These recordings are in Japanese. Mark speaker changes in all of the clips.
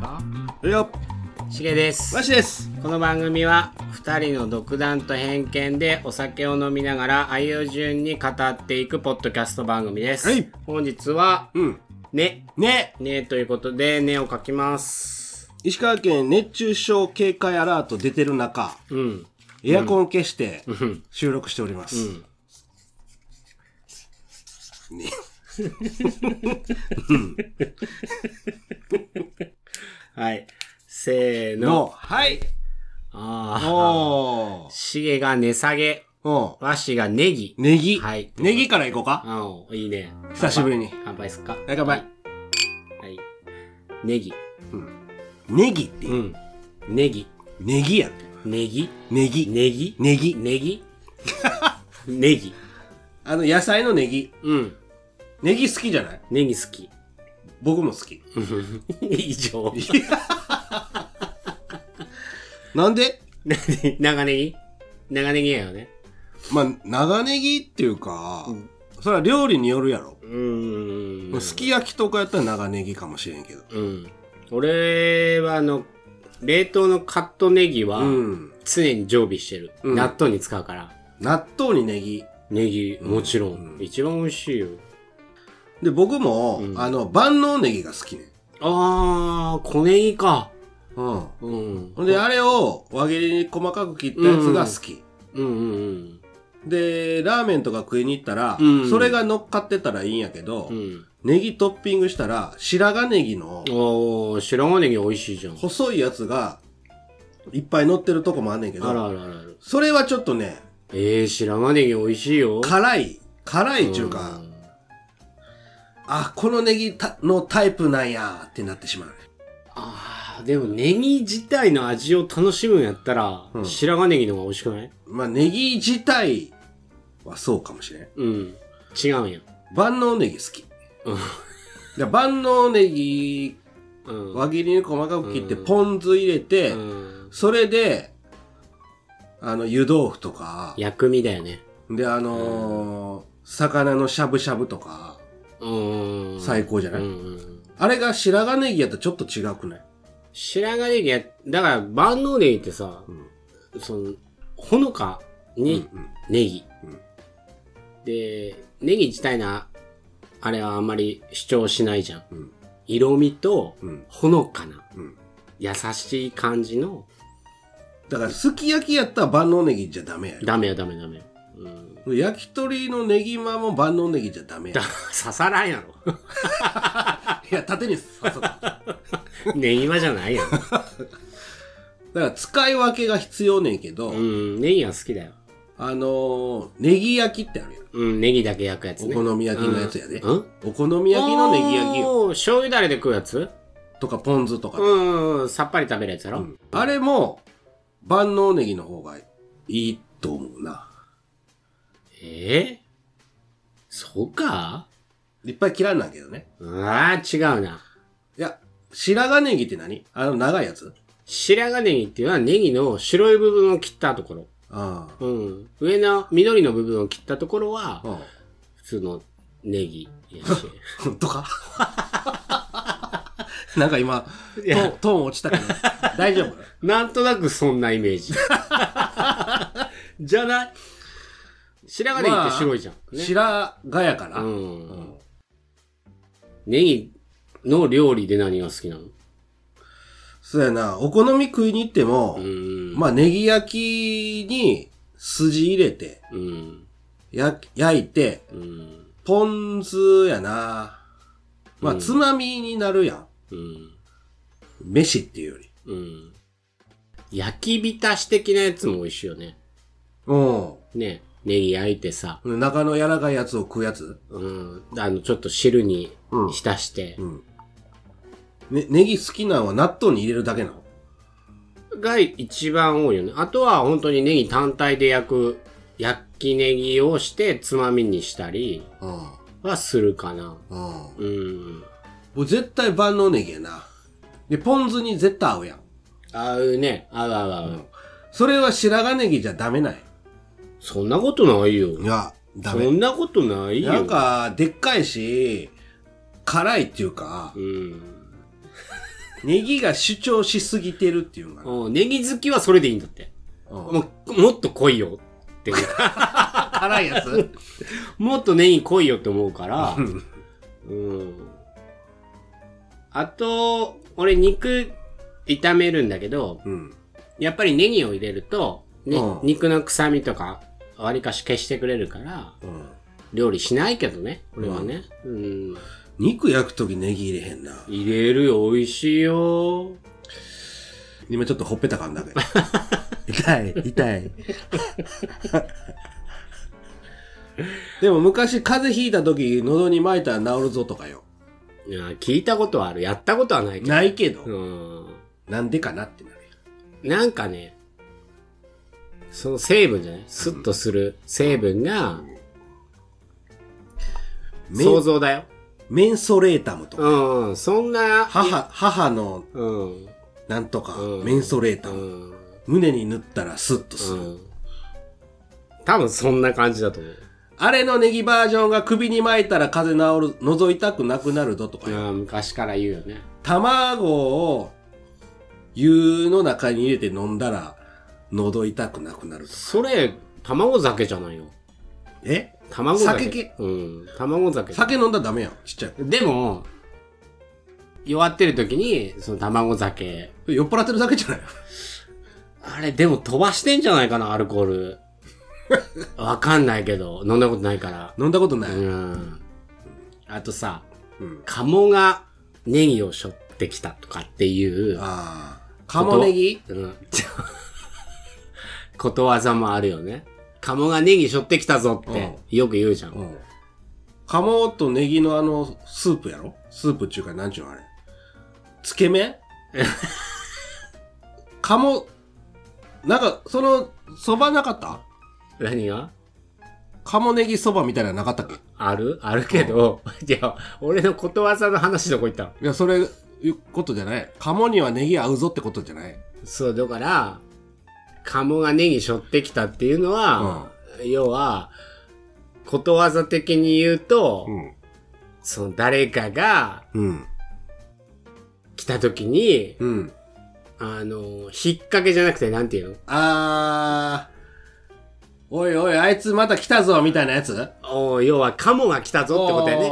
Speaker 1: か
Speaker 2: よ
Speaker 1: しげです
Speaker 2: マシです
Speaker 1: この番組は2人の独断と偏見でお酒を飲みながら愛を順に語っていくポッドキャスト番組です、
Speaker 2: はい
Speaker 1: 本日は
Speaker 2: うん
Speaker 1: 「ね
Speaker 2: ね」
Speaker 1: ねということで「ね」を書きます
Speaker 2: 石川県熱中症警戒アラート出てる中
Speaker 1: うん
Speaker 2: エアコンを消して
Speaker 1: ん
Speaker 2: 収録しております、
Speaker 1: うんはいせーの
Speaker 2: のはい
Speaker 1: あ
Speaker 2: お
Speaker 1: あしげが値下げ
Speaker 2: ーお
Speaker 1: わしがネギ
Speaker 2: ネギ、
Speaker 1: はい
Speaker 2: ネギからいこうか
Speaker 1: あおいいね
Speaker 2: 久しぶりに
Speaker 1: 乾杯すっか
Speaker 2: はい乾杯
Speaker 1: はいネギ
Speaker 2: ネギって、
Speaker 1: うんネギ
Speaker 2: ネギやん
Speaker 1: ネギ
Speaker 2: ネギ
Speaker 1: ネギ
Speaker 2: ネギ
Speaker 1: ネギ ネギ
Speaker 2: あの野菜のネギ
Speaker 1: うん
Speaker 2: ネギ好きじゃない
Speaker 1: ネギ好き
Speaker 2: 僕も好き
Speaker 1: 以上
Speaker 2: なんで
Speaker 1: 長ネギ長ネギやよね
Speaker 2: まあ長ネギっていうか、それは料理によるやろ、
Speaker 1: うーん
Speaker 2: すき焼きとかやったら長ネギかもしれんけど
Speaker 1: うん俺はあの冷凍のカットネギは
Speaker 2: うん
Speaker 1: 常に常備してる、
Speaker 2: うん
Speaker 1: 納豆に使うから
Speaker 2: 納豆にネギ
Speaker 1: ネギもちろん、
Speaker 2: うん
Speaker 1: 一番美味しいよ
Speaker 2: で僕も、
Speaker 1: うん
Speaker 2: あの万能ネギが好きね
Speaker 1: あー小ネギか
Speaker 2: うん
Speaker 1: うん
Speaker 2: ほんであれを輪切りに細かく切ったやつが好き、
Speaker 1: うんうん
Speaker 2: でラーメンとか食いに行ったら、
Speaker 1: うん
Speaker 2: それが乗っかってたらいいんやけど、
Speaker 1: うんうん
Speaker 2: ネギトッピングしたら白髪ネギの
Speaker 1: おー白髪ネギ美味しいじゃん
Speaker 2: 細いやつがいっぱい乗ってるとこもあんねんけ
Speaker 1: あら
Speaker 2: ど
Speaker 1: あらあらあら
Speaker 2: それはちょっとね
Speaker 1: えー、白髪ネギ美味しいよ
Speaker 2: 辛い辛いっちゅうか、あこのネギたのタイプなんやってなってしまう
Speaker 1: あーでもネギ自体の味を楽しむんやったら、
Speaker 2: うん
Speaker 1: 白髪ネギの方が美味しくない
Speaker 2: まあネギ自体はそうかもしれん
Speaker 1: うん違うんや
Speaker 2: 万能ネギ好き
Speaker 1: うん
Speaker 2: で万能ネギ
Speaker 1: うん
Speaker 2: 輪切りに細かく切って
Speaker 1: うん
Speaker 2: ポン酢入れて、
Speaker 1: うん
Speaker 2: それであの湯豆腐とか
Speaker 1: 薬味だよね
Speaker 2: であのー魚のしゃぶしゃぶとか
Speaker 1: うん
Speaker 2: 最高じゃ
Speaker 1: う
Speaker 2: ない、
Speaker 1: んうん
Speaker 2: あれが白髪ネギやったらちょっと違くない
Speaker 1: 白髪ネギやだから万能ネギってさ、そのほのかにネギ、
Speaker 2: うん
Speaker 1: でネギ自体のあれはあんまり主張しないじゃん
Speaker 2: うん
Speaker 1: 色味と
Speaker 2: うん
Speaker 1: ほのかな
Speaker 2: うん
Speaker 1: 優しい感じの
Speaker 2: だからすき焼きやったら万能ネギじゃダメやよ
Speaker 1: ダメよダメダメよ うん
Speaker 2: 焼き鳥のネギまも万能ネギじゃダメや
Speaker 1: だ刺さらんやろ
Speaker 2: いや縦に刺さ る
Speaker 1: ネギはじゃないやろ
Speaker 2: だから使い分けが必要ねんけど、
Speaker 1: うんネギは好きだよ
Speaker 2: あのーネギ焼きってあるやん
Speaker 1: うんネギだけ焼くやつね
Speaker 2: お好み焼きのやつやで、
Speaker 1: うん
Speaker 2: お好み焼きのネギ焼きよ
Speaker 1: おー醤油だれで食うやつ
Speaker 2: とかポン酢とか、
Speaker 1: うんさっぱり食べるやつやろ、
Speaker 2: うんあれも万能ネギの方がいいと思うな
Speaker 1: えー、そうか
Speaker 2: いっぱい切らんなんけどね
Speaker 1: うわー違うない
Speaker 2: や白髪ネギって何あの長いやつ
Speaker 1: 白髪ネギっていうのはネギの白い部分を切ったところ
Speaker 2: ああ
Speaker 1: うん上の緑の部分を切ったところは
Speaker 2: うん
Speaker 1: 普通のネギ やし
Speaker 2: 本当かなんか今ト
Speaker 1: いや
Speaker 2: ーントーン落ちたけど大丈夫
Speaker 1: なんとなくそんなイメージじゃない白髪ネギって白いじゃん、ね
Speaker 2: 白髪やから、
Speaker 1: うん
Speaker 2: うん
Speaker 1: ネギの料理で何が好きなの
Speaker 2: そうやなお好み食いに行っても、
Speaker 1: うん
Speaker 2: まあネギ焼きに筋入れて
Speaker 1: うん
Speaker 2: 焼き焼いて
Speaker 1: うん
Speaker 2: ポン酢やなまあ、
Speaker 1: うん
Speaker 2: つまみになるやん
Speaker 1: うん
Speaker 2: 飯っていうより
Speaker 1: うん焼き浸し的なやつも美味しいよね
Speaker 2: う
Speaker 1: ねネギ焼いてさ
Speaker 2: ん中の柔らかいやつを食うやつ
Speaker 1: うんあのちょっと汁に
Speaker 2: うん
Speaker 1: 浸して
Speaker 2: う、んねネギ好きなんは納豆に入れるだけなの
Speaker 1: が一番多いよねあとは本当にネギ単体で焼く焼きネギをしてつまみにしたり
Speaker 2: うん
Speaker 1: はするかな
Speaker 2: うん
Speaker 1: うん
Speaker 2: もう絶対万能ネギやな。で、ポン酢に絶対合うやん。
Speaker 1: 合うね合う合う合う、
Speaker 2: それは白髪ネギじゃダメない。
Speaker 1: そんなことないよ。
Speaker 2: いや、ダ
Speaker 1: そ
Speaker 2: メ。
Speaker 1: んなことないよ。
Speaker 2: なんか、でっかいし、辛いっていうか
Speaker 1: う、ん。
Speaker 2: ネギが主張しすぎてるっていうかな。
Speaker 1: うんネギ好きはそれでいいんだって。
Speaker 2: うん
Speaker 1: もうもっと濃いよっていうか
Speaker 2: 辛いやつ
Speaker 1: もっとネギ濃いよって思うから
Speaker 2: う。ん
Speaker 1: うん。あと、俺肉炒めるんだけど、
Speaker 2: うん。
Speaker 1: やっぱりネギを入れると、ね
Speaker 2: うん
Speaker 1: 肉の臭みとか、わりかし消してくれるから、
Speaker 2: うん。
Speaker 1: 料理しないけどね、俺はね。うん。
Speaker 2: 肉焼くときネギ入れへんな。
Speaker 1: 入れるよ、美味しいよ。
Speaker 2: 今ちょっとほっぺたかん だけど。痛い、痛い。 でも昔風邪ひいた時喉に巻いたら治るぞとかよ。
Speaker 1: いや聞いたことはある。やったことはないけど。
Speaker 2: ないけど、
Speaker 1: うん。
Speaker 2: なんでかなってなるよ。
Speaker 1: なんかね、その成分じゃないスッとする成分が、
Speaker 2: メン
Speaker 1: 想像だよ。
Speaker 2: メンソレータムとか。
Speaker 1: うん、そんな、
Speaker 2: 母、母の
Speaker 1: うん、
Speaker 2: なんとか、
Speaker 1: うん
Speaker 2: メンソレータ
Speaker 1: う
Speaker 2: ム。
Speaker 1: ん、
Speaker 2: 胸に塗ったらスッとす
Speaker 1: う
Speaker 2: る。
Speaker 1: ん。多分そんな感じだと思う。
Speaker 2: あれのネギバージョンが首に巻いたら風邪治る、覗いたくなくなるぞとかよ。
Speaker 1: うん、昔から言うよね。
Speaker 2: 卵を湯の中に入れて飲んだら喉痛くなくなると。
Speaker 1: それ、卵酒じゃないよ。
Speaker 2: え
Speaker 1: 卵酒。
Speaker 2: 酒系
Speaker 1: うん、卵酒。
Speaker 2: 酒飲んだらダメやん、ちっちゃい子。
Speaker 1: でも、弱ってる時に、その卵酒。
Speaker 2: 酔っ払ってる酒じゃない
Speaker 1: あれ、でも飛ばしてんじゃないかな、アルコール。わかんないけど、飲んだことないから。
Speaker 2: 飲んだことない。
Speaker 1: うん。あとさ、
Speaker 2: うん
Speaker 1: カモがネギを背負ってきたとかっていう、
Speaker 2: ああ。カモネギ
Speaker 1: うん、ちょことわざもあるよね。カモがネギ背負ってきたぞって、よく言うじゃん。
Speaker 2: うん。カモとネギのあの、スープやろスープっちゅうか、なんちゅうのあれ。つけ麺カモ、なんか、その、そばなかった
Speaker 1: 何が
Speaker 2: カモネギそばみたいなのなかったっけ
Speaker 1: あるあるけど、 いや、俺のことわざの話どこ行ったの
Speaker 2: いや、それ、いうことじゃない。鴨にはネギ合うぞってことじゃない。
Speaker 1: そう、だから、カモがネギ背負ってきたっていうのは、要は、ことわざ的に言うと、
Speaker 2: ん。
Speaker 1: その誰かが
Speaker 2: うん。
Speaker 1: 来た時に、
Speaker 2: うん。
Speaker 1: あの、引っ掛けじゃなくて、なんていうの
Speaker 2: あー、おいおい、あいつまた来たぞ、みたいなやつ
Speaker 1: お要は、カモが来たぞってことやね。
Speaker 2: ね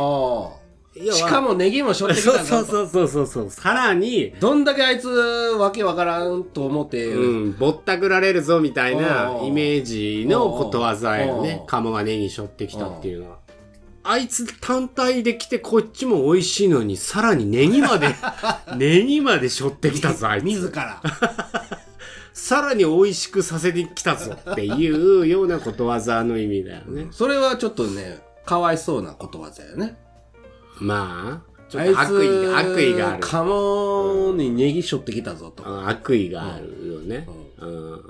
Speaker 1: 要は
Speaker 2: しか、もネギもしょってきた
Speaker 1: そ
Speaker 2: ぞ
Speaker 1: う
Speaker 2: と。
Speaker 1: そうそうそうそうそう。さらに、
Speaker 2: どんだけあいつ、わけわからんと思って、
Speaker 1: うん、ぼったくられるぞみたいな
Speaker 2: おー
Speaker 1: イメージのことわざよね
Speaker 2: お。ー
Speaker 1: カモがネギ背負ってきたっていうのは。あいつ単体で来てこっちも美味しいのに、さらにネギまで、 ネギまで背負ってきたぞ、あいつ。
Speaker 2: 自ら。
Speaker 1: さらに美味しくさせてきたぞっていうようなことわざの意味だよね。
Speaker 2: それはちょっとね、かわいそうなことわざよね。
Speaker 1: まあ、ちょ
Speaker 2: あ
Speaker 1: っ
Speaker 2: い
Speaker 1: と
Speaker 2: つ、
Speaker 1: 悪意が、悪意がある。
Speaker 2: 鴨にネギしょってきたぞと。
Speaker 1: うん悪意があるよね。うん。うん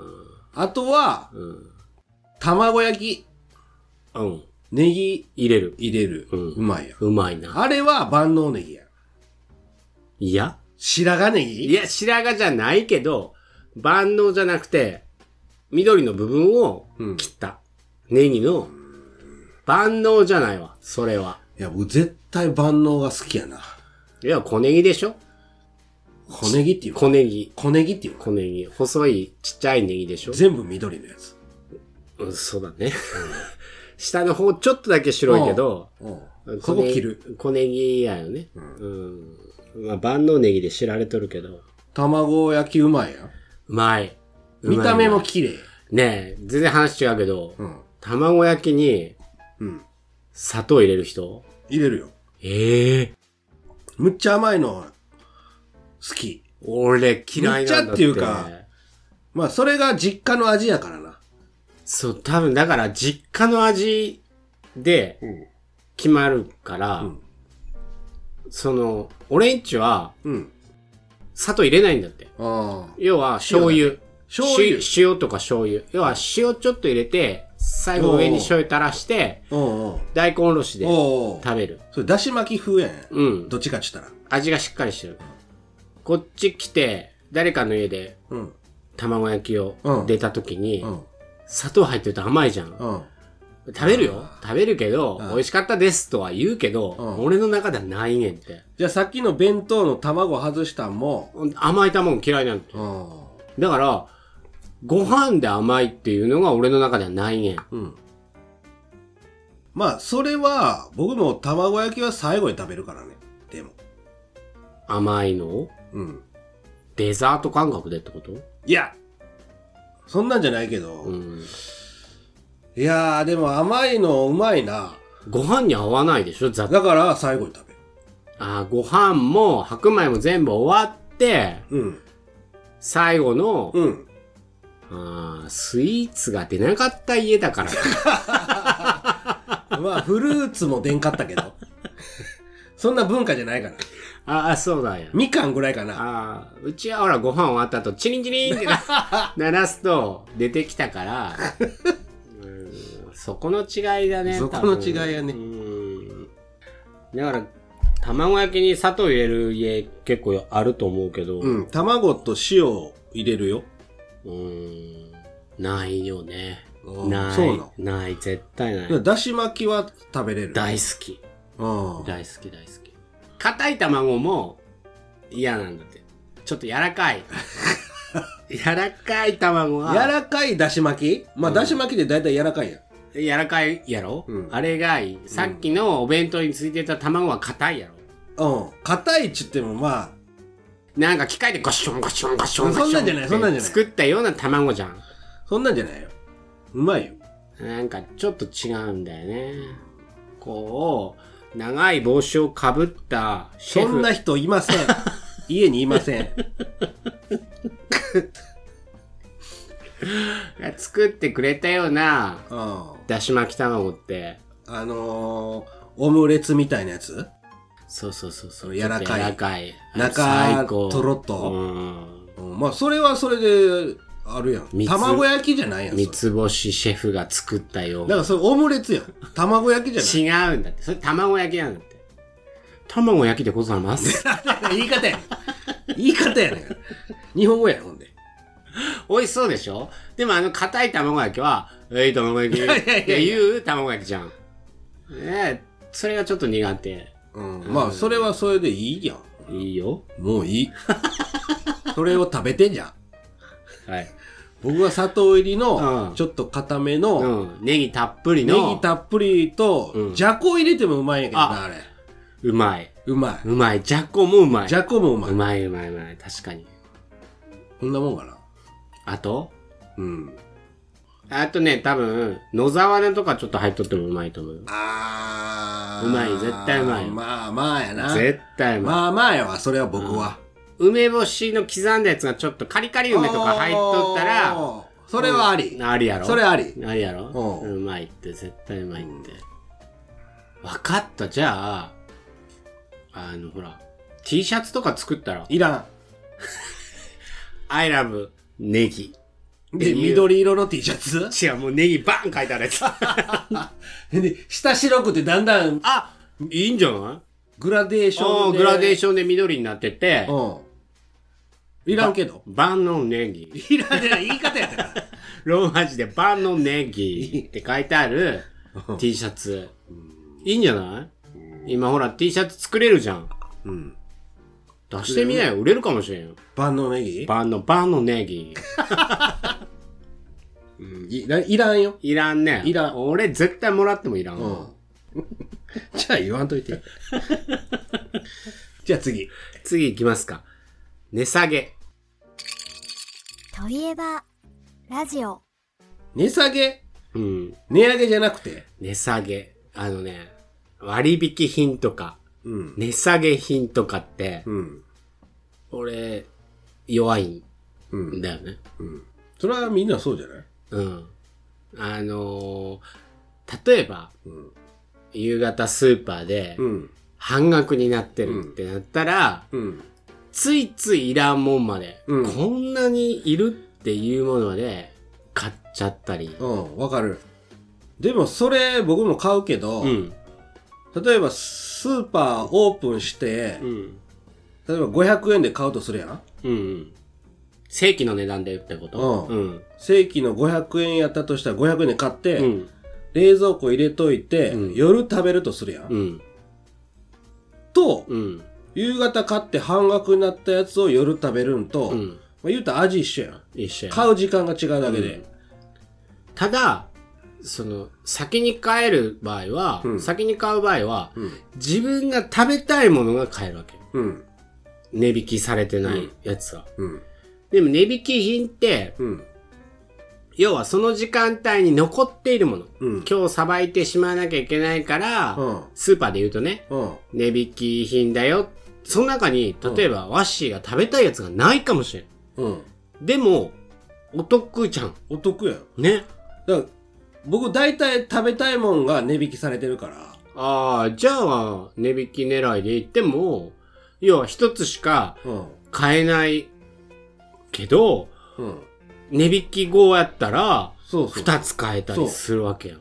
Speaker 2: あとは、
Speaker 1: うん。
Speaker 2: 卵焼き、
Speaker 1: うん。
Speaker 2: ネギ
Speaker 1: 入れる。
Speaker 2: 入れる。
Speaker 1: うん
Speaker 2: うまいやん。
Speaker 1: うまいな。
Speaker 2: あれは万能ネギやん。
Speaker 1: いや
Speaker 2: 白髪ネギ
Speaker 1: いや、白髪じゃないけど、万能じゃなくて、緑の部分を
Speaker 2: うん
Speaker 1: 切った。ネギの、万能じゃないわ、それは。
Speaker 2: いや、僕絶対万能が好きやな。
Speaker 1: いや、小ネギでしょ
Speaker 2: 小ネギっていうか、
Speaker 1: 小ネギ。
Speaker 2: 小ネギっていうか、
Speaker 1: 小ネギ。細い、ちっちゃいネギでしょ
Speaker 2: 全部緑のやつ。
Speaker 1: うん、そうだね。 下の方、ちょっとだけ白いけど、
Speaker 2: うん。そこ切る。
Speaker 1: 小ネ。小ネギやよね。うん。まあ、万能ネギで知られとるけど。
Speaker 2: 卵焼きうまいやん。
Speaker 1: うまい。うまい
Speaker 2: 見
Speaker 1: な
Speaker 2: た目も綺麗。
Speaker 1: ねえ、全然話違うけど、
Speaker 2: うん。
Speaker 1: 卵焼きに
Speaker 2: うん。
Speaker 1: 砂糖入れる人
Speaker 2: 入れるよ。
Speaker 1: ええ
Speaker 2: むっちゃ甘いの、好き。
Speaker 1: 俺嫌いなんだって。
Speaker 2: むっちゃっていうかまあ、それが実家の味やからな。
Speaker 1: そう、多分だから実家の味で
Speaker 2: ん
Speaker 1: 決まるから、
Speaker 2: うん
Speaker 1: その、俺んちは
Speaker 2: うん。
Speaker 1: 砂糖入れないんだって。
Speaker 2: ああ。
Speaker 1: 要は醤油。
Speaker 2: 醤油
Speaker 1: し塩とか醤油。要は塩ちょっと入れて、最後上に醤油垂らして、
Speaker 2: おう
Speaker 1: 大根おろし
Speaker 2: おう。
Speaker 1: で
Speaker 2: おうおう。
Speaker 1: 食べる。
Speaker 2: それ、だし巻き風やん。
Speaker 1: うん。
Speaker 2: どっちかっちったら。
Speaker 1: 味がしっかりしてる。こっち来て、誰かの家で
Speaker 2: うん。
Speaker 1: 卵焼きを
Speaker 2: うん
Speaker 1: 出た時に、
Speaker 2: うん。
Speaker 1: 砂糖入ってると甘いじゃん。
Speaker 2: うん。
Speaker 1: 食べるよ食べるけど
Speaker 2: うん、
Speaker 1: 美味しかったですとは言うけど、
Speaker 2: うん
Speaker 1: 俺の中ではないねんって。
Speaker 2: じゃあさっきの弁当の卵外したんも、
Speaker 1: 甘い卵嫌いなんて。
Speaker 2: うん。
Speaker 1: だから、ご飯で甘いっていうのが俺の中ではないねん。
Speaker 2: うん。まあ、それは、僕も卵焼きは最後に食べるからね。でも。
Speaker 1: 甘いのを
Speaker 2: うん。
Speaker 1: デザート感覚でってこと
Speaker 2: いやそんなんじゃないけど。
Speaker 1: うん。
Speaker 2: いやー、でも甘いのうまいな。
Speaker 1: ご飯に合わないでしょざ
Speaker 2: だから最後に食べ
Speaker 1: あーご飯も白米も全部終わって、
Speaker 2: る。
Speaker 1: 最後の、
Speaker 2: うん。うん。
Speaker 1: あースイーツが出なかった家だから。
Speaker 2: まあ、フルーツも出んかったけど。そんな文化じゃないから。
Speaker 1: ああ、そうだよ。
Speaker 2: みかんぐらいかな。
Speaker 1: ああ、うちはほらご飯終わった後、チリンチリンってな 鳴らすと出てきたから、うんそこの違いだね。
Speaker 2: そこの違いや
Speaker 1: 多分
Speaker 2: ね
Speaker 1: うんだから、卵焼きに砂糖入れる家結構あると思うけど、
Speaker 2: うん。卵と塩を入れるよ。
Speaker 1: うんないよね。
Speaker 2: うん
Speaker 1: ない。
Speaker 2: そうなの
Speaker 1: ない、絶対な
Speaker 2: でも
Speaker 1: い。
Speaker 2: だし巻きは食べれる。
Speaker 1: 大好き。
Speaker 2: う
Speaker 1: 大好
Speaker 2: ん。
Speaker 1: き大好 き硬い卵も嫌なんだってちょっと柔らかい柔らかい卵は
Speaker 2: 柔らかいだし巻きまあ、
Speaker 1: うん
Speaker 2: だし巻きで大体柔らかいやん。
Speaker 1: 柔らかいやろ、
Speaker 2: うん
Speaker 1: あれがいいさっきのお弁当についてた卵は硬いやろ
Speaker 2: うん。硬いっちゅってもまあ、
Speaker 1: なんか機械でゴションゴションゴションゴション
Speaker 2: そんなんじゃない
Speaker 1: って
Speaker 2: そんなんじゃない
Speaker 1: 作ったような卵じゃん
Speaker 2: そんなんじゃないよ。うまいよ。
Speaker 1: なんかちょっと違うんだよねこう長い帽子をかぶったシェ
Speaker 2: そ
Speaker 1: フ
Speaker 2: んな人い ません。家にいません。
Speaker 1: が作ってくれたような
Speaker 2: うん。あ
Speaker 1: だし巻き卵って
Speaker 2: のー、オムレツみたいなやつ
Speaker 1: そうそうそうそう。
Speaker 2: 柔らかい
Speaker 1: ちょっと柔らかい。
Speaker 2: 中
Speaker 1: 最高
Speaker 2: とろっと
Speaker 1: うん。
Speaker 2: うんまあ、それはそれで、あるやん。
Speaker 1: 三つ
Speaker 2: 卵焼きじゃないやん。それ
Speaker 1: 三つ星シェフが作ったよう
Speaker 2: だか
Speaker 1: な。
Speaker 2: らそれオムレツやん。卵焼きじゃ
Speaker 1: 違うんだって。それ卵焼きなんだって。卵焼きでございます。
Speaker 2: ない。 言い方やねん。言い方やねん。日本語やん、ほんで。
Speaker 1: 美味しそうでしょでもあの硬い卵焼きは、えい卵焼き
Speaker 2: やいやいや
Speaker 1: っていう卵焼きじゃん。ねえ、それがちょっと苦手。
Speaker 2: うん。まあ、それはそれでいいやん。
Speaker 1: いいよ。
Speaker 2: もういい。それを食べてんじゃん。
Speaker 1: はい。
Speaker 2: 僕は砂糖入り
Speaker 1: う
Speaker 2: の、
Speaker 1: ん
Speaker 2: ちょっと固め
Speaker 1: う
Speaker 2: の、
Speaker 1: ん。ネギたっぷり
Speaker 2: ネ
Speaker 1: の。
Speaker 2: ギたっぷりと
Speaker 1: う、ん
Speaker 2: じゃこ入れてもうまいんやけどな、あれ。
Speaker 1: うまい。
Speaker 2: うま
Speaker 1: うまい。じゃこもうま
Speaker 2: い。
Speaker 1: い。
Speaker 2: じゃこもうま
Speaker 1: う
Speaker 2: い。
Speaker 1: まいうまいうまい。確かに。
Speaker 2: こんなもんかな。
Speaker 1: あと
Speaker 2: うん。
Speaker 1: あとね、多分、野沢菜とかちょっと入っとってもうまいと思うよ。
Speaker 2: あー。
Speaker 1: うまい絶対うまい
Speaker 2: まあまあやな。
Speaker 1: 絶対うまい。
Speaker 2: まあまあやわ、それは僕は。
Speaker 1: 梅干しの刻んだやつがちょっとカリカリ梅とか入っとったら、
Speaker 2: おー、それはあり。
Speaker 1: ありやろ
Speaker 2: それあり。
Speaker 1: ありやろ
Speaker 2: おう
Speaker 1: うまいって、絶対うまいって。わかった、じゃあ、あの、ほら、T シャツとか作ったら、
Speaker 2: いら
Speaker 1: I love ネギ。
Speaker 2: ん。
Speaker 1: って
Speaker 2: で、
Speaker 1: いう
Speaker 2: 緑色の T シャツ
Speaker 1: 違う、もうネギバン書いてあるやつ。
Speaker 2: で、下白くてだんだん
Speaker 1: あいいんじゃない
Speaker 2: グラデーショ
Speaker 1: お
Speaker 2: ン
Speaker 1: う
Speaker 2: で。
Speaker 1: グラデー
Speaker 2: シ
Speaker 1: ションで緑になってて、
Speaker 2: ョン。うん。いらんけど。
Speaker 1: 万能ネギ。
Speaker 2: いらんでない。言い方やったら。
Speaker 1: ローマ字で万能ネギって書いてある T シャツ。いいんじゃない今ほら T シャツ作れるじゃん。
Speaker 2: うん。
Speaker 1: 出してみなよ。売れるかもしれんよ。
Speaker 2: 万能ネギ
Speaker 1: 万能、万能ネギ。
Speaker 2: いらいらんよ。
Speaker 1: いらんね。
Speaker 2: いらん
Speaker 1: 俺絶対もらってもいらん
Speaker 2: う
Speaker 1: わ。
Speaker 2: ん。じゃあ言わんといて。 じゃあ次。
Speaker 1: 次行きますか。値下げ。
Speaker 3: といえば、ラジオ。
Speaker 2: 値下げ
Speaker 1: うん。
Speaker 2: 値上げじゃなくて。
Speaker 1: 値下げ。あのね、割引品とか、
Speaker 2: うん。
Speaker 1: 値下げ品とかって、
Speaker 2: うん。
Speaker 1: 俺、弱いん
Speaker 2: うん。
Speaker 1: だよね。
Speaker 2: うん。それはみんなそうじゃない
Speaker 1: うん。あのー例えば、
Speaker 2: うん。
Speaker 1: 夕方スーパーで
Speaker 2: うん。
Speaker 1: 半額になってるってなったら、
Speaker 2: うん。
Speaker 1: ついついいらんもんまで、
Speaker 2: う
Speaker 1: こ
Speaker 2: ん
Speaker 1: んなにいるっていうものまで買っちゃったり。
Speaker 2: うん、わかる。でもそれ僕も買うけど、
Speaker 1: うん。
Speaker 2: 例えばスーパーオープンして
Speaker 1: う、ん。
Speaker 2: 例えば500円で買うとするやん。
Speaker 1: うん。正規の値段でってこと。
Speaker 2: うん正規の500円やったとしたら500円で買って、
Speaker 1: うん。
Speaker 2: 冷蔵庫入れといて、
Speaker 1: うん
Speaker 2: 夜食べるとするやん。
Speaker 1: うん。
Speaker 2: と、
Speaker 1: うん。
Speaker 2: 夕方買って半額になったやつを夜食べるんと、
Speaker 1: うん
Speaker 2: まあ、言うたら味一緒やん。
Speaker 1: 一緒や。
Speaker 2: 買う時間が違うだけ
Speaker 1: うん
Speaker 2: で。
Speaker 1: ただ、その、先に帰る場合は、
Speaker 2: うん
Speaker 1: 先に買う場合は、
Speaker 2: うん。
Speaker 1: 自分が食べたいものが買えるわけ。
Speaker 2: うん。
Speaker 1: 値引きされてないやつは。
Speaker 2: うん。
Speaker 1: でも値引き品って、
Speaker 2: うん。
Speaker 1: 要はその時間帯に残っているもの。
Speaker 2: うん。
Speaker 1: 今日さばいてしまわなきゃいけないから、
Speaker 2: うん。
Speaker 1: スーパーで言うとね、
Speaker 2: うん。
Speaker 1: 値引き品だよ。その中に、例えば、ワッシーが食べたいやつがないかもしれん。
Speaker 2: うん。
Speaker 1: でも、お得じゃん。
Speaker 2: お得やん。
Speaker 1: ね。
Speaker 2: だから、僕大体食べたいもんが値引きされてるから。
Speaker 1: ああ、じゃあ、値引き狙いで言っても、要は一つしか
Speaker 2: うん。
Speaker 1: 買えないけど、
Speaker 2: うん。
Speaker 1: 値引き後やったら、
Speaker 2: そうそう。
Speaker 1: 二つ買えたりするわけやん。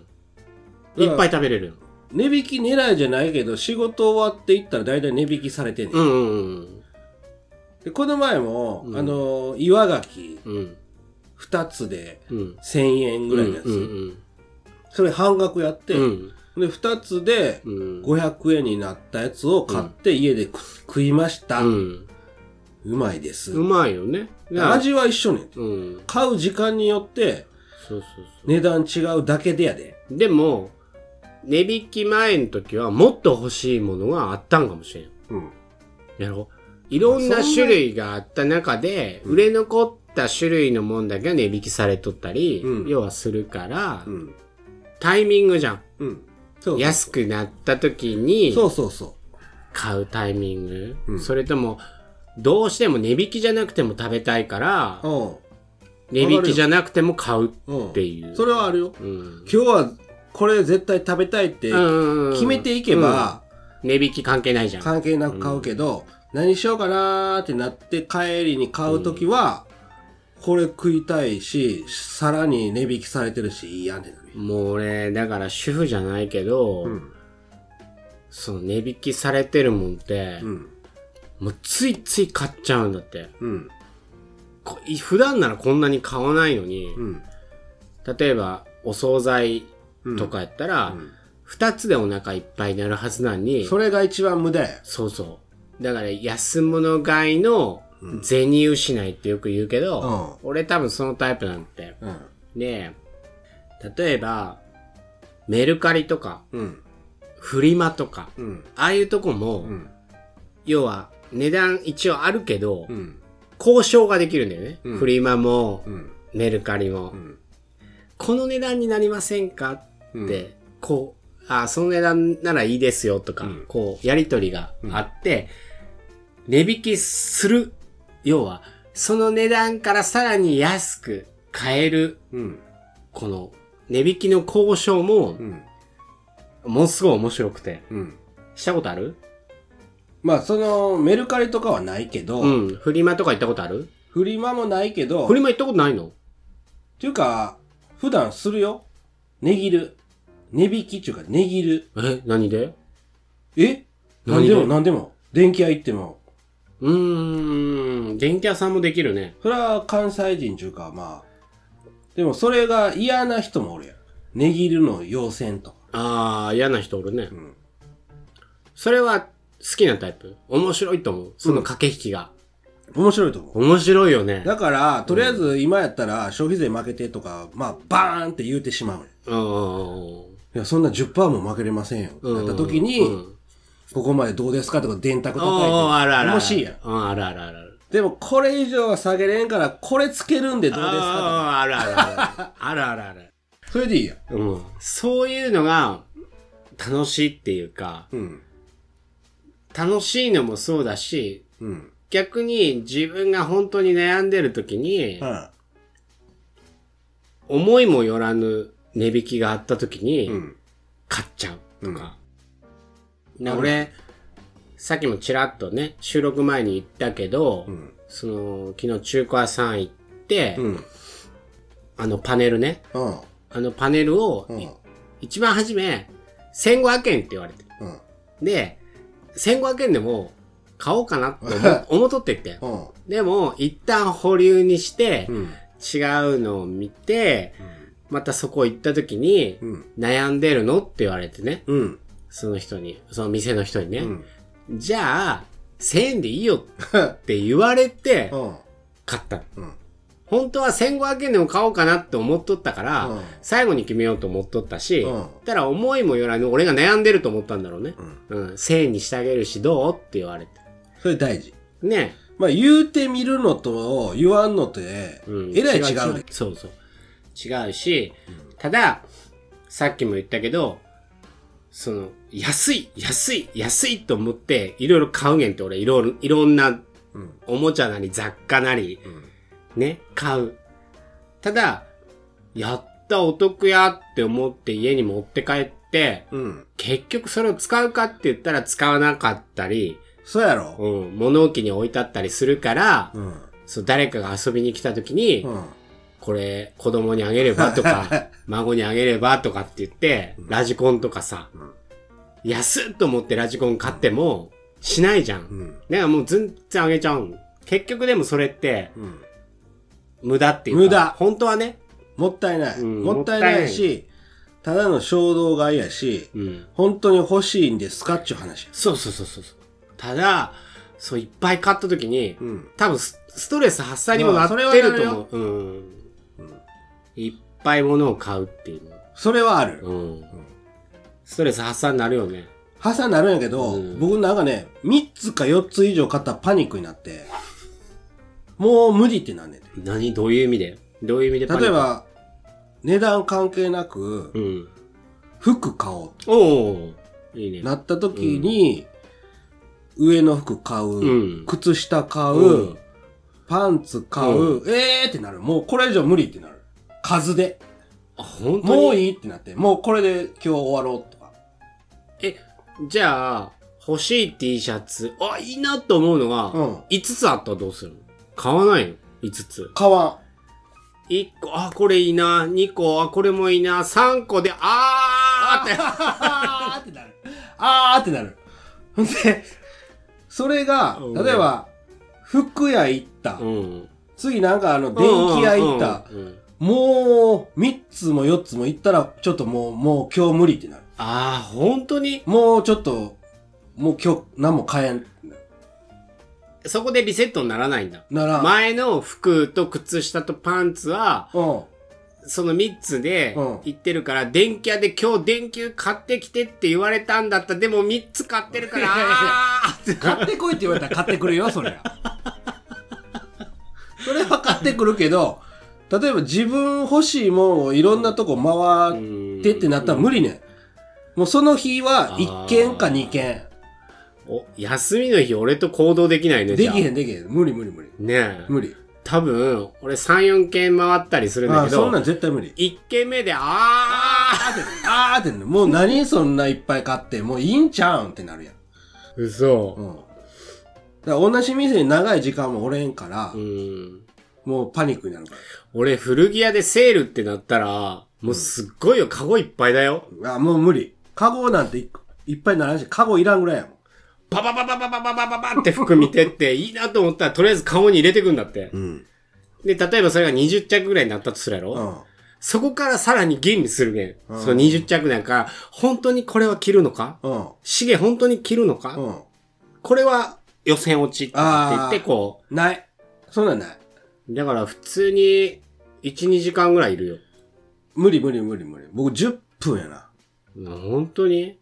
Speaker 2: う
Speaker 1: いっぱい食べれるやん。
Speaker 2: 値引き狙いじゃないけど、仕事終わっていったら大体値引きされてんねん
Speaker 1: うんうん
Speaker 2: でこの前も、
Speaker 1: うん
Speaker 2: あのー岩牡蠣
Speaker 1: うん。うん。
Speaker 2: 2つで
Speaker 1: うん。
Speaker 2: 1000円ぐらいのやつ、
Speaker 1: うんうん
Speaker 2: それ半額やって、
Speaker 1: うん。うん
Speaker 2: で2つで
Speaker 1: うん。
Speaker 2: 500円になったやつを買って家で食食いました、
Speaker 1: う。
Speaker 2: うんまいです、
Speaker 1: うまいよね。
Speaker 2: で味は一緒ねん
Speaker 1: うん。
Speaker 2: 買う時間によって
Speaker 1: そうそうそう。
Speaker 2: 値段違うだけでやで
Speaker 1: でも、値引き前の時はもっと欲しいものがあったんかもしれん。
Speaker 2: うん
Speaker 1: やろいろんな種類があった中で、売れ残った種類のもんだけが値引きされとったり、
Speaker 2: うん
Speaker 1: 要はするから、
Speaker 2: うん
Speaker 1: タイミングじゃん。
Speaker 2: うんそうそう
Speaker 1: 安くなった時に
Speaker 2: そうそうそ
Speaker 1: 買うタイミング、
Speaker 2: うん
Speaker 1: それとも、どうしても値引きじゃなくても食べたいから、
Speaker 2: う
Speaker 1: 値引きじゃなくても買うっ
Speaker 2: うんうん
Speaker 1: ていう。
Speaker 2: それはあるよ
Speaker 1: うん。
Speaker 2: 今日はこれ絶対食べたいって決めていけば、
Speaker 1: うん、値引き関係ないじゃん。
Speaker 2: 関係なく買うけど、何しようかなーってなって帰りに買うときは、これ食いたいし、さらに値引きされてるし、いいやんってなる。
Speaker 1: もう俺、だから主婦じゃないけど、
Speaker 2: うん。
Speaker 1: その値引きされてるもんって、
Speaker 2: うん。
Speaker 1: もうついつい買っちゃうんだって。
Speaker 2: うん。
Speaker 1: こい普段ならこんなに買わないのに、
Speaker 2: うん。
Speaker 1: 例えばお惣菜
Speaker 2: うん
Speaker 1: とかやったら、
Speaker 2: うん
Speaker 1: 二つでお腹いっぱいになるはずなのに、
Speaker 2: それが一番無駄や。
Speaker 1: そうそう。だから安物買いの銭失いってよく言うけど、俺多分そのタイプなんて。
Speaker 2: うん。
Speaker 1: で、例えば、メルカリとか、
Speaker 2: うん。
Speaker 1: フリマとか、
Speaker 2: うん。
Speaker 1: ああいうとこも、
Speaker 2: うん。
Speaker 1: 要は値段一応あるけど、
Speaker 2: うん。
Speaker 1: 交渉ができるんだよね。
Speaker 2: うん
Speaker 1: フリマも、
Speaker 2: うん。
Speaker 1: メルカリも、
Speaker 2: うん。
Speaker 1: この値段になりませんかって、
Speaker 2: うん
Speaker 1: こう、あ、その値段ならいいですよとか、
Speaker 2: うん
Speaker 1: こう、やりとりがあって、値引きする。要は、その値段からさらに安く買える、
Speaker 2: うん。
Speaker 1: この、値引きの交渉も
Speaker 2: う、ん。
Speaker 1: ものすごい面白くて。
Speaker 2: うん。
Speaker 1: したことある
Speaker 2: まあ、その、メルカリとかはないけど、
Speaker 1: うん。フリマとか行ったことある
Speaker 2: フリマもないけど、
Speaker 1: フ
Speaker 2: っ
Speaker 1: リマ行ったことないの
Speaker 2: ていうか、普段するよ。値切る。値引きっていうか、値切る。
Speaker 1: え、何で
Speaker 2: え何でも何でも。電気屋行っても。
Speaker 1: うーん。電気屋さんもできるね。
Speaker 2: それは関西人ちゅうか、まあ。でもそれが嫌な人もおるやん。値切るの要請とか。
Speaker 1: ああ、嫌な人おるね。
Speaker 2: ん
Speaker 1: それは好きなタイプ面白いと思う。その駆け引きが。
Speaker 2: 面白いと思う。
Speaker 1: 面白いよね。
Speaker 2: だから、とりあえず今やったら消費税負けてとか、まあ、バーンって言うてしまうやんい
Speaker 1: うんうんうん
Speaker 2: や、そんな10%も負けれませんよ。
Speaker 1: うん。
Speaker 2: なった時に、
Speaker 1: うん
Speaker 2: ここまでどうですかとか電卓
Speaker 1: お
Speaker 2: 叩いて。
Speaker 1: ーあるあるある。
Speaker 2: 楽しいやん。
Speaker 1: うん、あるあるあるある。
Speaker 2: でも、これ以上は下げれんから、これつけるんでどうですか
Speaker 1: あーあるあるある。あるあるある。
Speaker 2: とか。それでいいやん。
Speaker 1: うん。そういうのが楽しいっていうか、
Speaker 2: うん。
Speaker 1: 楽しいのもそうだし、
Speaker 2: うん。
Speaker 1: 逆に自分が本当に悩んでる時に、
Speaker 2: うん。
Speaker 1: 思いもよらぬ値引きがあった時に、
Speaker 2: うん。
Speaker 1: 買っちゃうとか。で俺、さっきもちらっとね、収録前に言ったけど、
Speaker 2: ん
Speaker 1: その、昨日中古屋さん行って、
Speaker 2: うん。
Speaker 1: あのパネルね、
Speaker 2: うん。
Speaker 1: あのパネルを、
Speaker 2: うん。
Speaker 1: い一番初め、1500円って言われて。
Speaker 2: うん。
Speaker 1: で、1500円でも、買おうかなって思 思っとってって。
Speaker 2: うん。
Speaker 1: でも、一旦保留にして、
Speaker 2: うん。
Speaker 1: 違うのを見て、またそこ行った時に、
Speaker 2: うん。
Speaker 1: 悩んでるのって言われてね。
Speaker 2: うん。
Speaker 1: その人に、その店の人にね。
Speaker 2: うん。
Speaker 1: じゃあ、1000円でいいよって言われて、
Speaker 2: うん。
Speaker 1: 買った。
Speaker 2: うん。
Speaker 1: 本当は1500円でも買おうかなって思っとったから、
Speaker 2: うん
Speaker 1: 最後に決めようと思っとったし、
Speaker 2: うん
Speaker 1: たら思いもよらぬ俺が悩んでると思ったんだろうね。
Speaker 2: うん。
Speaker 1: うん、1000円にしてあげるしどうって言われて。
Speaker 2: それ大事。
Speaker 1: ね
Speaker 2: まあ、言うてみるのと、言わんのって、
Speaker 1: え。うん、
Speaker 2: えらい違うね。
Speaker 1: そうそう。違うし、ただ、さっきも言ったけど、その、安い、安い、安いと思って、いろいろ買うげんって俺、いろいろ、いろんな
Speaker 2: うん。
Speaker 1: おもちゃなり雑貨なり、
Speaker 2: うん。
Speaker 1: ね、買う。ただ、やったお得やって思って家に持って帰って、
Speaker 2: うん。
Speaker 1: 結局それを使うかって言ったら使わなかったり、
Speaker 2: そうやろ
Speaker 1: うん、物置に置いてあったりするから、
Speaker 2: うん。
Speaker 1: そう誰かが遊びに来た時に、
Speaker 2: うん。
Speaker 1: これ子供にあげればと か、孫にあげればとかって言って、ラジコンとかさ、
Speaker 2: ん
Speaker 1: 安っと思ってラジコン買ってもしないじゃん。
Speaker 2: うん。
Speaker 1: だからもう全然あげちゃうん。結局でもそれって
Speaker 2: うん。
Speaker 1: 無駄っていうか。
Speaker 2: 無駄
Speaker 1: 本当はね。
Speaker 2: もったいない。
Speaker 1: うん
Speaker 2: もったいないし、ただの衝動買いやし、
Speaker 1: うん。
Speaker 2: 本当に欲しいんですかっちゅう話。
Speaker 1: そうそうそうそうそう。ただ、そういっぱい買った時に、
Speaker 2: うん。
Speaker 1: 多分スストレス発散にもなってると思う。うん、いっぱい物を買うっていう。
Speaker 2: それはある。
Speaker 1: うん。ストレス発散になるよね。
Speaker 2: 破産なるんやけど、
Speaker 1: うん
Speaker 2: 僕なんかね、3つか4つ以上買ったらパニックになって、もう無理ってなんねんて。
Speaker 1: 何どういう意味でどういう意味でパニック
Speaker 2: 例え、ば、値段関係なく
Speaker 1: う、ん。
Speaker 2: 服買おうっ
Speaker 1: おおいい
Speaker 2: て
Speaker 1: ね。
Speaker 2: なった時に、上の服買う、
Speaker 1: うん
Speaker 2: 靴下買う、
Speaker 1: うん
Speaker 2: パンツ買う、えーってなる。もうこれ以上無理ってなる。数で。
Speaker 1: あ、本当に
Speaker 2: もういいってなって、もうこれで今日終わろうとか。
Speaker 1: え、じゃあ、欲しい T シャツ、あ、いいなと思うのが、
Speaker 2: うん
Speaker 1: 5つあったらどうするの買わないの ?5 つ。
Speaker 2: 買わ
Speaker 1: 1個、あ、これいいな。2個、あ、これもいいな。3個で、あーって。
Speaker 2: ん。あーってなる。あーってなる。ほんで、それが
Speaker 1: うん、
Speaker 2: 例えば、服屋行 った。
Speaker 1: うん。
Speaker 2: 次なんかあの、電気屋行った。
Speaker 1: うんうんうんうん
Speaker 2: もう、3つも4つも行ったら、ちょっともう、もう今日無理ってなる。
Speaker 1: ああ、本当に
Speaker 2: もうちょっと、もう今日何も買えん、
Speaker 1: そこでリセットにならないんだ。
Speaker 2: なら、
Speaker 1: 前の服と靴下とパンツは、
Speaker 2: うん。
Speaker 1: その3つで
Speaker 2: うん
Speaker 1: 行ってるから、電気屋で今日電球買ってきてって言われたんだった。でも3つ買ってるから、
Speaker 2: いやいやいや
Speaker 1: あーって
Speaker 2: 買ってこいって言われたら買ってくるよ、そりゃ。それは買ってくるけど、例えば自分欲しいもんをいろんなとこ回ってってなったら無理ねん。もうその日は1件か2件。
Speaker 1: お、休みの日俺と行動できないね、
Speaker 2: で
Speaker 1: じゃあ
Speaker 2: きへんできへん。無理無理無理。
Speaker 1: ねえ。
Speaker 2: 無理。
Speaker 1: 多分、俺3、4軒回ったりするんだ
Speaker 2: あ
Speaker 1: け
Speaker 2: そんなん
Speaker 1: ど、
Speaker 2: 絶対無理。
Speaker 1: 1軒目で、あ
Speaker 2: あーってあーってなるもう何そんないっぱい買って、もういいんちゃうんってなるやん。
Speaker 1: ー嘘
Speaker 2: う。ん。だから同じ店に長い時間もおれんから、
Speaker 1: うん。
Speaker 2: もうパニックになるから。
Speaker 1: 俺、古着屋でセールってなったら、もうすっごいよ、カゴいっぱいだよ。
Speaker 2: あ、もう無理。カゴなんていいっぱいにならんし、カゴいらんぐらいやもん。
Speaker 1: パパパパパパパパパって服見てって、いいなと思ったら、とりあえずカゴに入れてくんだって。
Speaker 2: うん。
Speaker 1: で、例えばそれが20着ぐらいになったとするやろ、
Speaker 2: うん。そ
Speaker 1: そこからさらに吟味するね、
Speaker 2: うん
Speaker 1: その20着なんか、本当にこれは着るのか
Speaker 2: うん。
Speaker 1: シゲ本当に着るのか、
Speaker 2: うん。
Speaker 1: これは予選落ちって言って、
Speaker 2: あー
Speaker 1: こ
Speaker 2: ない。そんなんない。
Speaker 1: う。だから普通に、1、2時間ぐらいいるよ。
Speaker 2: 無理無理無理無理。僕10分やな。
Speaker 1: 本当に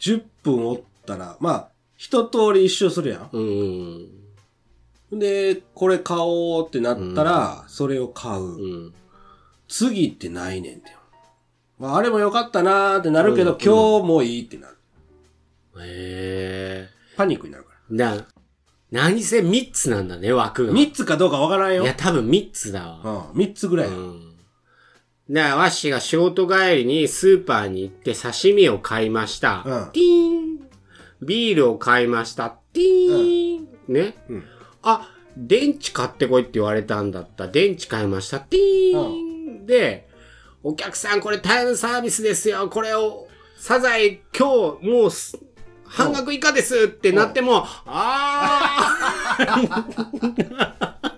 Speaker 2: 10分おったら、まあ、一通り一周するや
Speaker 1: うんうん。
Speaker 2: ん。で、これ買おうってなったら、それを買う。
Speaker 1: うん。
Speaker 2: 次ってないねんて。まあ、あれも良かったなーってなるけど、今日もういいってなる。
Speaker 1: へえ。
Speaker 2: パニックになるから。
Speaker 1: な、何せ3つなんだね、枠が。
Speaker 2: 3つかどうかわからん
Speaker 1: い
Speaker 2: よ。
Speaker 1: や、多分3つだわ。
Speaker 2: うん。3つぐらいや。
Speaker 1: うん。だから、わしが仕事帰りにスーパーに行って刺身を買いました。
Speaker 2: うん
Speaker 1: ティーン。ビールを買いました。ティーン。ね。
Speaker 2: うん
Speaker 1: あ、電池買ってこいって言われたんだった。電池買いました。ティーン。で、お客さんこれタイムサービスですよ。これを、サザエ今日もうす、半額以下ですってなっても、あー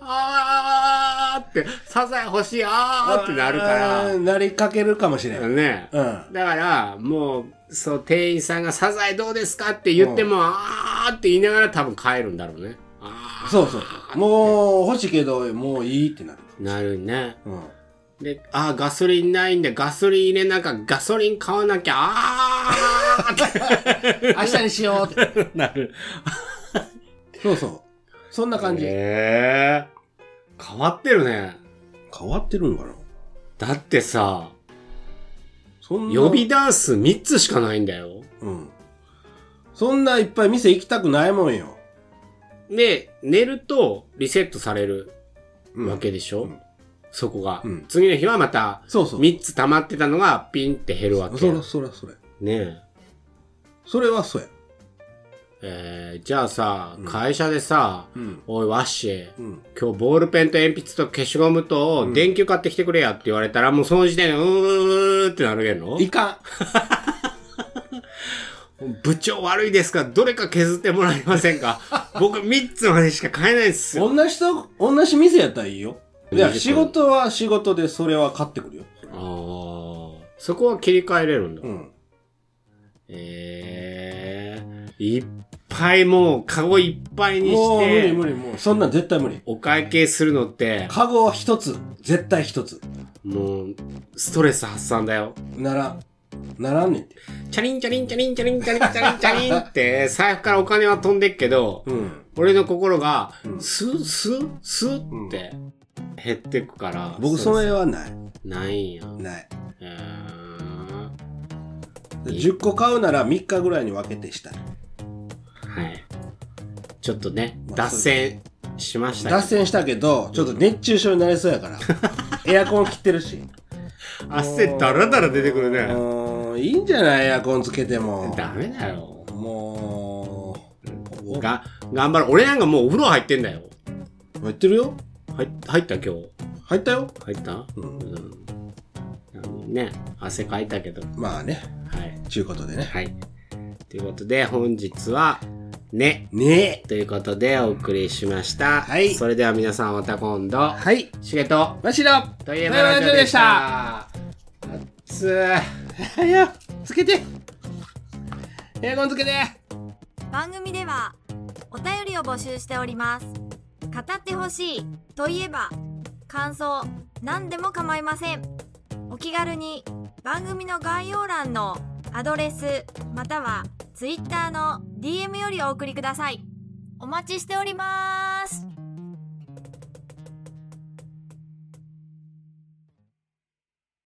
Speaker 1: あーって、サザエ欲しい、あーってなる
Speaker 2: あ
Speaker 1: か
Speaker 2: ーなりかけるかもしれん。
Speaker 1: ら、
Speaker 2: うん。
Speaker 1: ね。だから、もう、そう、店員さんがサザエどうですかって言っても、あーって言いながら多分帰るんだろうね。あ
Speaker 2: そうそう。もう欲しいけど、もういいってなる。
Speaker 1: ーなるね。
Speaker 2: うん。
Speaker 1: で、あーガソリンないんで、ガソリン入れなきゃ、ガソリン買わなきゃ、あーって
Speaker 2: 明日にしようって。
Speaker 1: なる。
Speaker 2: そうそう。そんな感じ。
Speaker 1: へえ変わってるね。
Speaker 2: 変わってるんかな
Speaker 1: だってさ、
Speaker 2: そんな。
Speaker 1: 予備ダンス3つしかないんだよ。
Speaker 2: うん。そんないっぱい店行きたくないもんよ。
Speaker 1: で、寝るとリセットされる
Speaker 2: うん
Speaker 1: わけでしょ、
Speaker 2: うん
Speaker 1: そこが、
Speaker 2: うん
Speaker 1: 次の日はまた
Speaker 2: そうそう。
Speaker 1: 3つ溜まってたのがピンって減るわけ
Speaker 2: そ
Speaker 1: や。
Speaker 2: ら
Speaker 1: ね
Speaker 2: そらそれ。
Speaker 1: え。
Speaker 2: それはそうや。
Speaker 1: えーじゃあさ、
Speaker 2: うん
Speaker 1: 会社でさ、
Speaker 2: うん。
Speaker 1: おいワッシー、
Speaker 2: うん。
Speaker 1: 今日ボールペンと鉛筆と消しゴムと
Speaker 2: ん
Speaker 1: 電球買ってきてくれやって言われたら、もうその時点でうーってなるやろ
Speaker 2: いかん。
Speaker 1: 部長悪いですが、どれか削ってもらえません か僕3つまでしか買えないっすよ。
Speaker 2: 同じと、同じ店やったらいいよ。い
Speaker 1: いい
Speaker 2: や、
Speaker 1: です
Speaker 2: 仕事は仕事でそれは買ってくるよ。
Speaker 1: あーそこは切り替えれるんだ。
Speaker 2: うん。
Speaker 1: えー、いっぱいもう、カゴいっぱいに
Speaker 2: もう
Speaker 1: し
Speaker 2: 無理
Speaker 1: て、
Speaker 2: 無理もう。そんなん絶対無理。
Speaker 1: お会計するのって、
Speaker 2: カゴは一つ。絶対一つ。
Speaker 1: もう、ストレス発散だよ。
Speaker 2: なら、ならんねんて。
Speaker 1: チャリンチャリンチャリンチャリンチャリンチャリンチャリンって、財布からお金は飛んでっけど、
Speaker 2: うん。
Speaker 1: 俺の心が
Speaker 2: う、ん
Speaker 1: スースースーって減ってくから、
Speaker 2: 僕その絵はない。
Speaker 1: ないんや。
Speaker 2: ない。
Speaker 1: えー
Speaker 2: 10個買うなら3日ぐらいに分けてしたい。
Speaker 1: はい。ちょっとね、
Speaker 2: まあ
Speaker 1: 脱線しましたけど
Speaker 2: 脱線したけど、ちょっと熱中症になりそう やから。エアコン切ってるし。
Speaker 1: 汗だらだら出てくるね。
Speaker 2: うん、いいんじゃないエアコンつけても。
Speaker 1: ダメだよ。
Speaker 2: もう、
Speaker 1: が、頑張る。俺なんかもうお風呂入ってんだよ。
Speaker 2: 入ってるよ
Speaker 1: 入入った今日。
Speaker 2: 入ったよ
Speaker 1: 入った
Speaker 2: うん
Speaker 1: うん。ね、汗かいたけど。
Speaker 2: まあね、
Speaker 1: はい。
Speaker 2: ちゅうことでね。
Speaker 1: はい。ということで、本日は、ね。
Speaker 2: ね
Speaker 1: ということで、お送りしました。
Speaker 2: はい
Speaker 1: それでは皆さんまた今度
Speaker 2: え。、はい。
Speaker 1: しげと、
Speaker 2: わしら、
Speaker 1: といえばラジオでした。熱い。
Speaker 2: 早くつけてエアコンつけて
Speaker 3: 番組ではお便りを募集しております語ってほしいといえば感想何でも構いませんお気軽に番組の概要欄のアドレスまたは Twitter の DM よりお送りくださいお待ちしております